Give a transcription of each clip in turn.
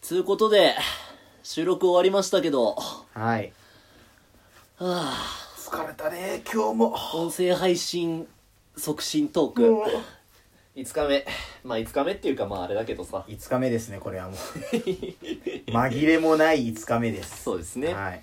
つうことで、収録終わりましたけど、ははいあ、疲れたね今日も音声配信促進トーもク。5日目。まあ5日目っていうかまああれだけどさ。 5日目ですねこれはもう紛れもない5日目ですそうですね。はい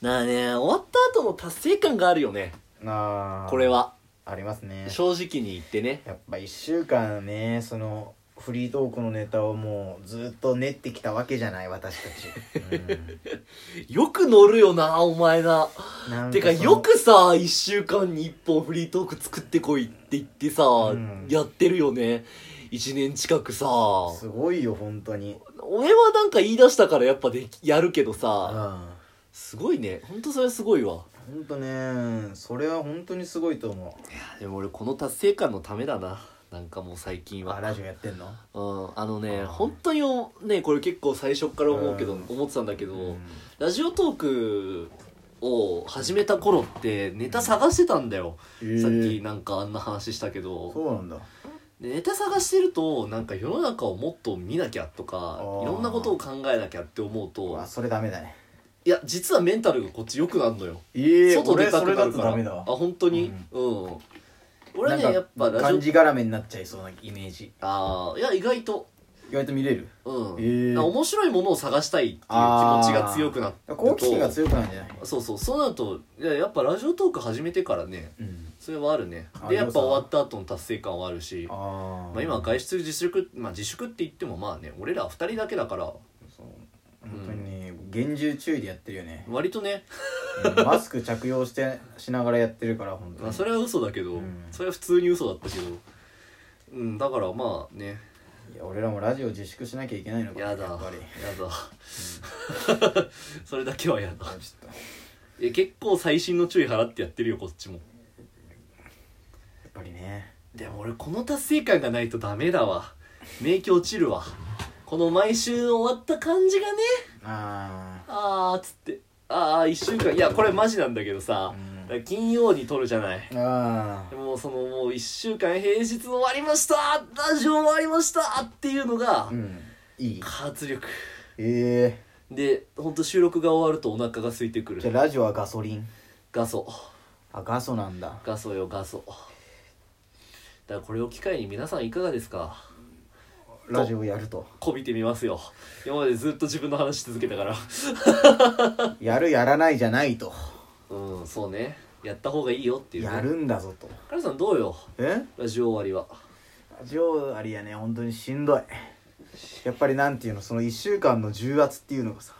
なあね、終わった後の達成感があるよね。あーこれは。ありますね正直に言ってね。やっぱ1週間ねそのフリートークのネタをもうずっと練ってきたわけじゃない私たち、よく乗るよな、お前な。うんなんてかそのよくさ、1週間に1本フリートーク作ってこいって言ってさ、んやってるよね。1年近くさ。すごいよ本当に俺はなんか言い出したからやっぱできやるけどうんさ、本すごいね。ほんとそれすごいわ。当ねそれは本当にすごいと思ういや、でも俺この達成感のためだな。なんかもう最近あは。ラジオやってんのうん、あのね、あー本当におね、これ結構最初から思うけど、うん思ってたんだけど、うんラジオトークを始めた頃ってネタ探してたんだよ。えーさっきなんかあんな話したけど。そうなんだでネタ探してるとなんか世の中をもっと見なきゃとかーいろんなことを考えなきゃって思ううとわそれダメだねいや実はメンタルがこっち良くなるのよ、え外出たくな俺それるだかとらダメだわあ本当にうん、俺はねなんかやっぱラジ感オじがらめになっちゃいそうなイメージああいや意外と意外と見れるうん、へーなんか面白いものを探したいっていう気持ちが強くなって好奇心が強くなるんじゃないそうそうそうなるといややっぱラジオトーク始めてからねうんそれはあるねあでやっでもぱさ終わった後の達成感はあるしあーまあ、今は外出自粛、まあ、自粛って言ってもまあね俺ら二人だけだからそう本当にね厳重注意でやってる よね割とね、うんマスク着用してしながらやってるから本当まあ、にそれは嘘だけど、うんそれは普通に嘘だったけどうんだからまあねいや俺らもラジオ自粛しなきゃいけないのかやだやっだぱり それだけはやだちょっとえ結構最新の注意払ってやってるよこっちもやっぱりねでも俺この達成感がないとダメだわ免疫落ちるわこの毎週終わった感じがねああーっつってああ1週間いやこれマジなんだけどさあ、うんだから金曜に撮るじゃないあでもそのもう1週間平日終わりましたラジオ終わりましたっていうのがあうんいい活力えで本当収録が終わるとお腹が空いてくえじゃるあラジオはガソリンガソあガソなんだガソよガソだからこれを機会に皆さんいかがですかラジオやるとこびてみますよ今までずっと自分の話し続けたからやるやらないじゃないとうんそうねやった方がいいよっていう、ね、やるんだぞとカルさんどうよえラジオ終わりはラジオありやね本当にしんどいやっぱりなんていうのその1週間の重圧っていうのがさ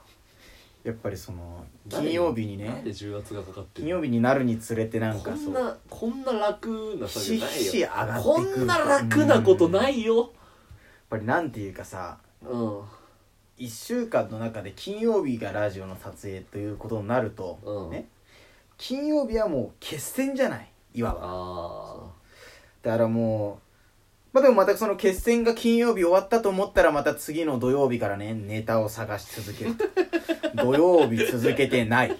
やっぱりその金曜日になんねで重圧がかかってる金曜日になるにつれてなんこかそんうなこんな楽な作業ないよひしひし上がってくこるんな楽なことないよやっぱりなんていうかさうん1週間の中で金曜日がラジオの撮影ということになると、うんね金曜日はもう決戦じゃないいわばあだからもうまあでもまたその決戦が金曜日終わったと思ったらまた次の土曜日からねネタを探し続けると土曜日続けてない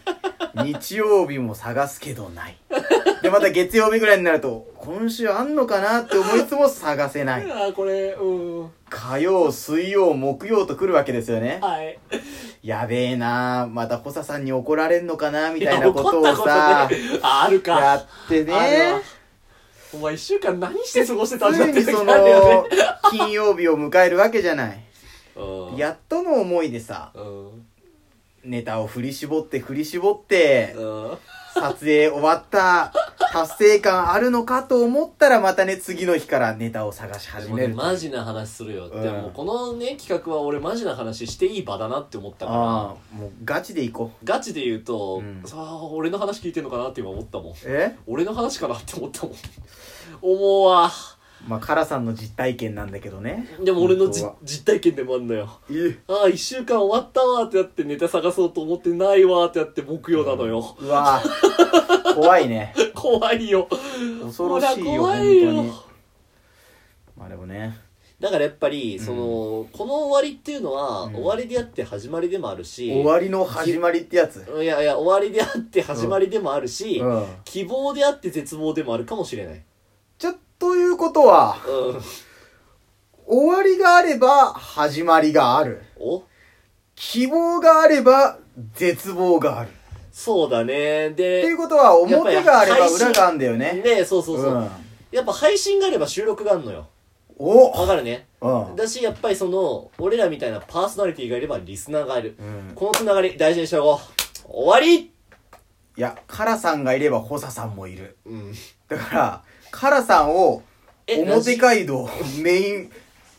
日曜日も探すけどないでまた月曜日ぐらいになると今週あんのかなって思いつも探せなーいあーこれうん火曜水曜木曜と来るわけですよねはいやべえなまた補佐さんに怒られんのかなみみたいなことをさああるかやってねあるわお前一週間何して過ごしてたんだっついてに時 あそるよのね金曜日を迎えるわけじゃないうんやっとの思いでさうんネタを振り絞って振り絞ってうん撮影終わった達成感あるのかと思ったらまたね次の日からネタを探しで始もめねるマジな話するよ、うんでもこのね企画は俺マジな話していい場だなって思ったからああもうガチでいこうガチで言うと、うんさあ俺の話聞いてんのかなって今思ったもんえ俺の話かなって思ったもん思うわまあカラさんの実体験なんだけどねでも俺のじ実実体験でもあんのよえああ1週間終わったわーってなってネタ探そうと思ってないわーってなって木曜なのよ、うわぁ怖いね怖いよ恐ろしほらいよ本当怖いよにまあでもねだからやっぱりその、この終わりっていうのは、うん終わりであって始まりでもあるし終わりの始まりってやついやいや終わりであって始まりでもあるし、うん希望であって絶望でもあるかもしれないちょっということはうん終わりがあれば始まりがあるお希望があれば絶望があるそうだねっていでうことは表があればやっぱり裏があるんだよねねそうそうそう、うんやっぱ配信があれば収録があるのよわおかるねうんだしやっぱりその俺らみたいなパーソナリティがいればリスナーがいるうんこのつながり大事にしよう終わりいやカラさんがいればホサさんもいるうんだからカラさんをえ表街道メイン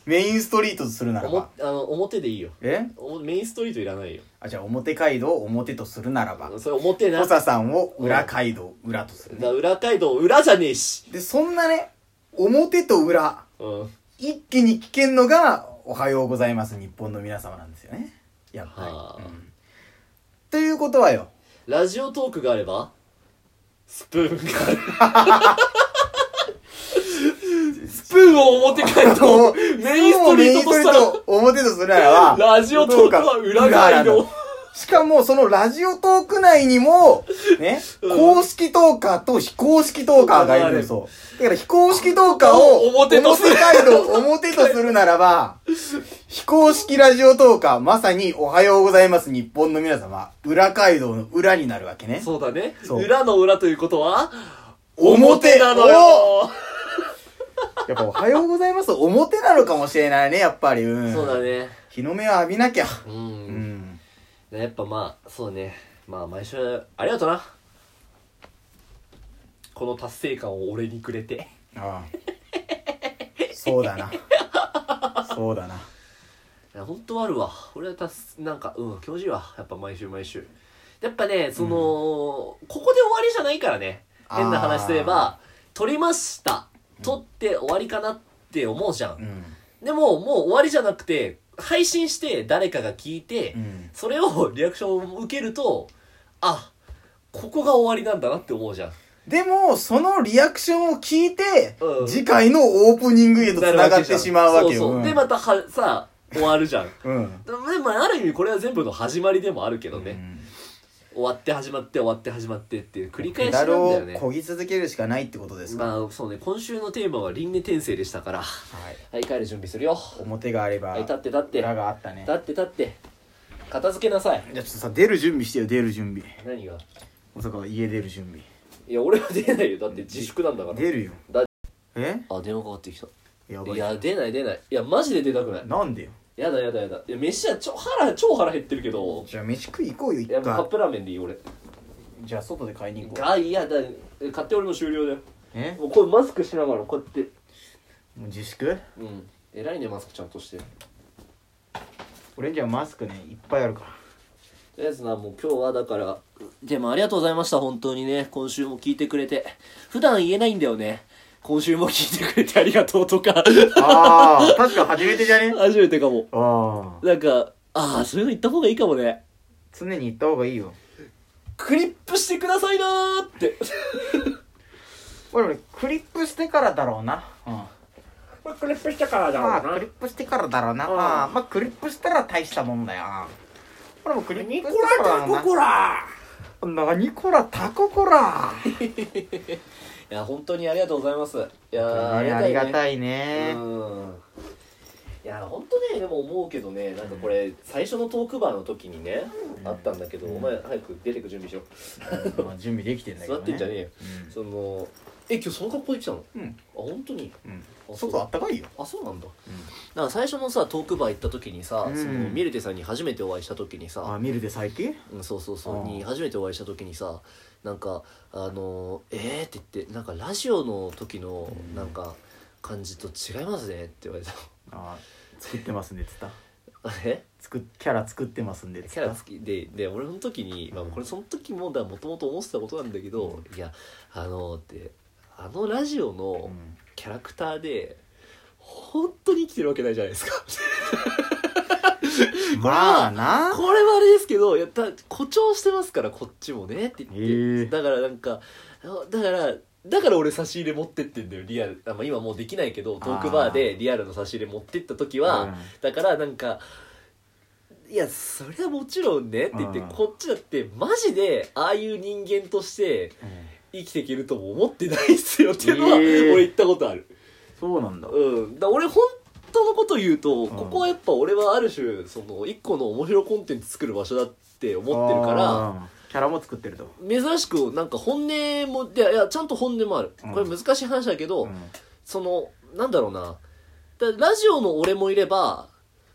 メインストリートとするなおらもばあの表でいいよえおメインストリートいらないよあじゃあ表街道を表とするならばそれ表なホだかサさんを裏街道裏とするねら裏街道裏じゃねえしでそんなね表と裏うん一気に聞けんのが「おはようございます日本の皆様」なんですよねやっはぱあり、うんということはよラジオトークがあればスプーンがあるスプーンを表街道メインストリートとしたらと表とするならばラジオトークは裏街道しかもそのラジオトーク内にも、ね、うん公式トーカーと非公式トーカーがいるんですよ。だから非公式トーカーを表とする街道表とするならば、非公式ラジオトーカー、まさにおはようございます日本の皆様、裏街道の裏になるわけね。そうだねそう裏の裏ということは表なのよやっぱおはようございます表なのかもしれないね、やっぱり。うん。そうだね日の目を浴びなきゃ。ううんん。やっぱまあそうねまあ毎週ありがとなこの達成感を俺にくれてああ。そうだな。そうだな。いや本当あるわ俺はたすなんかうん気持ちいいわやっぱ毎週毎週やっぱねその、ここで終わりじゃないからねあー変な話すれば撮りました撮って終わりかなって思うじゃん、うん。でももう終わりじゃなくて配信して誰かが聞いて、うん。それをリアクションを受けるとあここが終わりなんだなって思うじゃんでも、そのリアクションを聞いて、うん次回のオープニングへと繋がってしまうわけよ。そうそううんでまたはさ終わるじゃんうん。でもある意味これは全部の始まりでもあるけどね、うん終わって始まって終わって始まってっていう繰り返しペなダんだルよをね漕ぎ続けるしかないってことですか。まあそうね今週のテーマは輪廻転生でしたからはい。はい帰る準備するよ表があればはい、立って立って裏立があったね。じゃって立って片付けなさいあちょっとさ、出る準備してよ、出る準備。何がまさか家出る準備。いや俺は出ないよだって自粛なんだから出るよ。だえあ電話かかってきたやばいい。や出ない出ないいやマジで出たくないなんでよ。やだやだやだいや飯はちょ腹超腹減ってるけどじゃあ飯食い行こうよ、い一やもうカッ回。プラーメンでいい俺じゃあ外で買いに行こう。あいやだ買って俺も終了だよえもうこれマスクしながらこうやってもう自粛うん偉いねマスクちゃんとして俺んじゃマスクね、いっぱいあるから。とりあえずなもう今日はだからでもありがとうございました本当にね今週も聞いてくれて普段言えないんだよね今週も聞いてくれてありがとうとか ああ、確か初めてじゃね初めてかもああ。なんかああそういうの言った方がいいかもね常に行った方がいいよ。クリップしてくださいなーって俺俺クリップしてからだろうな。うん。クリップしてからだまあクリップしてからだろうな。うんまあまあクリップしたら大したもんだよ。俺もクリップしてからだろうな。コラ何こらタコこら。いや本当にありがとうございますいやーねありがいたいねね。うんいや本当ねでも思うけどねなんかこれ最初のトークバーの時にねあったんだけどお前早く出てく準備しろまあ準備できてんだけど座ね。ってんじゃねえようんそのえ今日その格好で来たのうんあ本当にうん。外あったかいよ。あそうなんだうんなんか最初のさトークバー行った時にさ、うんそのミルテさんに初めてお会いした時にさ、見るで最近うん、そうそうそうあーに初めてお会いした時にさなんかあのー「えー」って言ってなんかラジオの時のうんなんか感じと違いますねって言われ たあー作ってますねっつった。え作っキャラ作ってますんでっつったキャラ付きでで俺の時に、まあ、これその時もだもともと思ってたことなんだけど、いやあのーってあのラジオのうんキャラクターで本当に生きてるわけないじゃないですか まあな。これはあれですけどいやだ誇張してますからこっちもねって言って、へえだからなんかあだからだから俺差し入れ持ってってんだよリアルあ、まあ、今もうできないけどトークバーでリアルの差し入れ持ってった時は、うんだからなんかいやそれはもちろんねって言って、うんこっちだってマジでああいう人間としてうん生きていけるとも思ってないっすよっていうのは、へえ俺言ったことあるそうなんだ。うん、だ俺本当のこと言うと、んここはやっぱ俺はある種その一個の面白コンテンツ作る場所だって思ってるかららキャラも作ってると、珍しくなんか本音もいやいやちゃんと本音もあるうんこれ難しい話だけど、うんそのなんだろうなだラジオの俺もいれば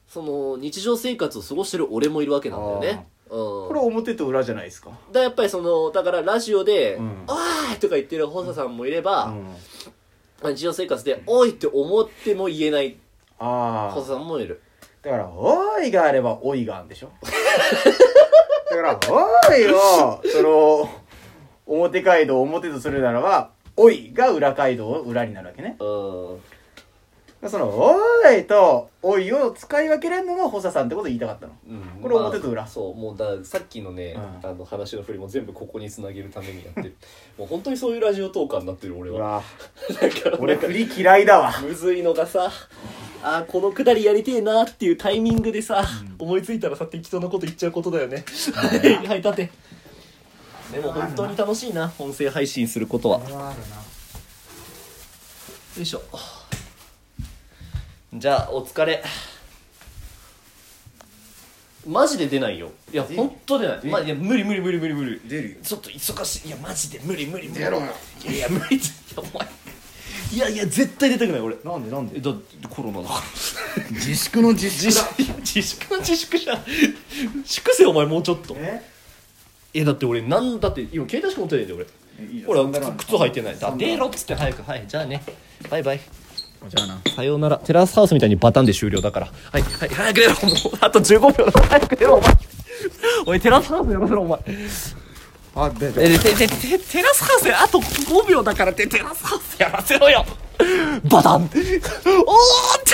その日常生活を過ごしてる俺もいるわけなんだよね。うんこれ表と裏じゃないですか、だからやっぱりそのだからラジオで「うんあー」とか言ってる補佐さんもいれば、うんまあ日常生活で「おい!」って思っても言えないあ補佐あさんもいるだから「おい」があれば「おい」があるんでし ょだから「おい」をその表街道を表とするならば「おい」が裏街道を裏になるわけねうんその「おーい」と「おい」を使い分けれるのが補佐さんってこと言いたかったのうんこれ表と裏まあそうもうださっきのね、うんあの話の振りも全部ここにつなげるためにやってるもう本当にそういうラジオトーカーになってる俺うはわ だから俺振り嫌いだわむずいのがさあーこのくだりやりてえなっていうタイミングでさ、思いついたらさ適当なこと言っちゃうことだよね はいはい立てでも本当に楽しいな音声配信することはよいしょじゃあお疲れマジで出ないよいや出る本当出ない,、出るまあ、いや無理無理無理無理無理出るよちょっと忙しいいやマジで無理無理無理出ろよいやいや無理ってお前いやいや絶対出たくない俺なんでなんえだってコロナだから自粛の自 自粛自粛は自粛じゃん粛せお前もうちょっとええだって俺なんだって今携帯しか持ってないで俺えいいよほらサンダルある靴靴履いてないサだンダル出ろっつって早くはいじゃあねバイバイじゃあなさようならテラスハウスみたいにバタンで終了だからはいはい早く出ろもうあと15秒だ早く出ろお前おいテラスハウスやらせろお前あ出えてててテラスハウスあと5秒だからってテラスハウスやらせろよバタンおおって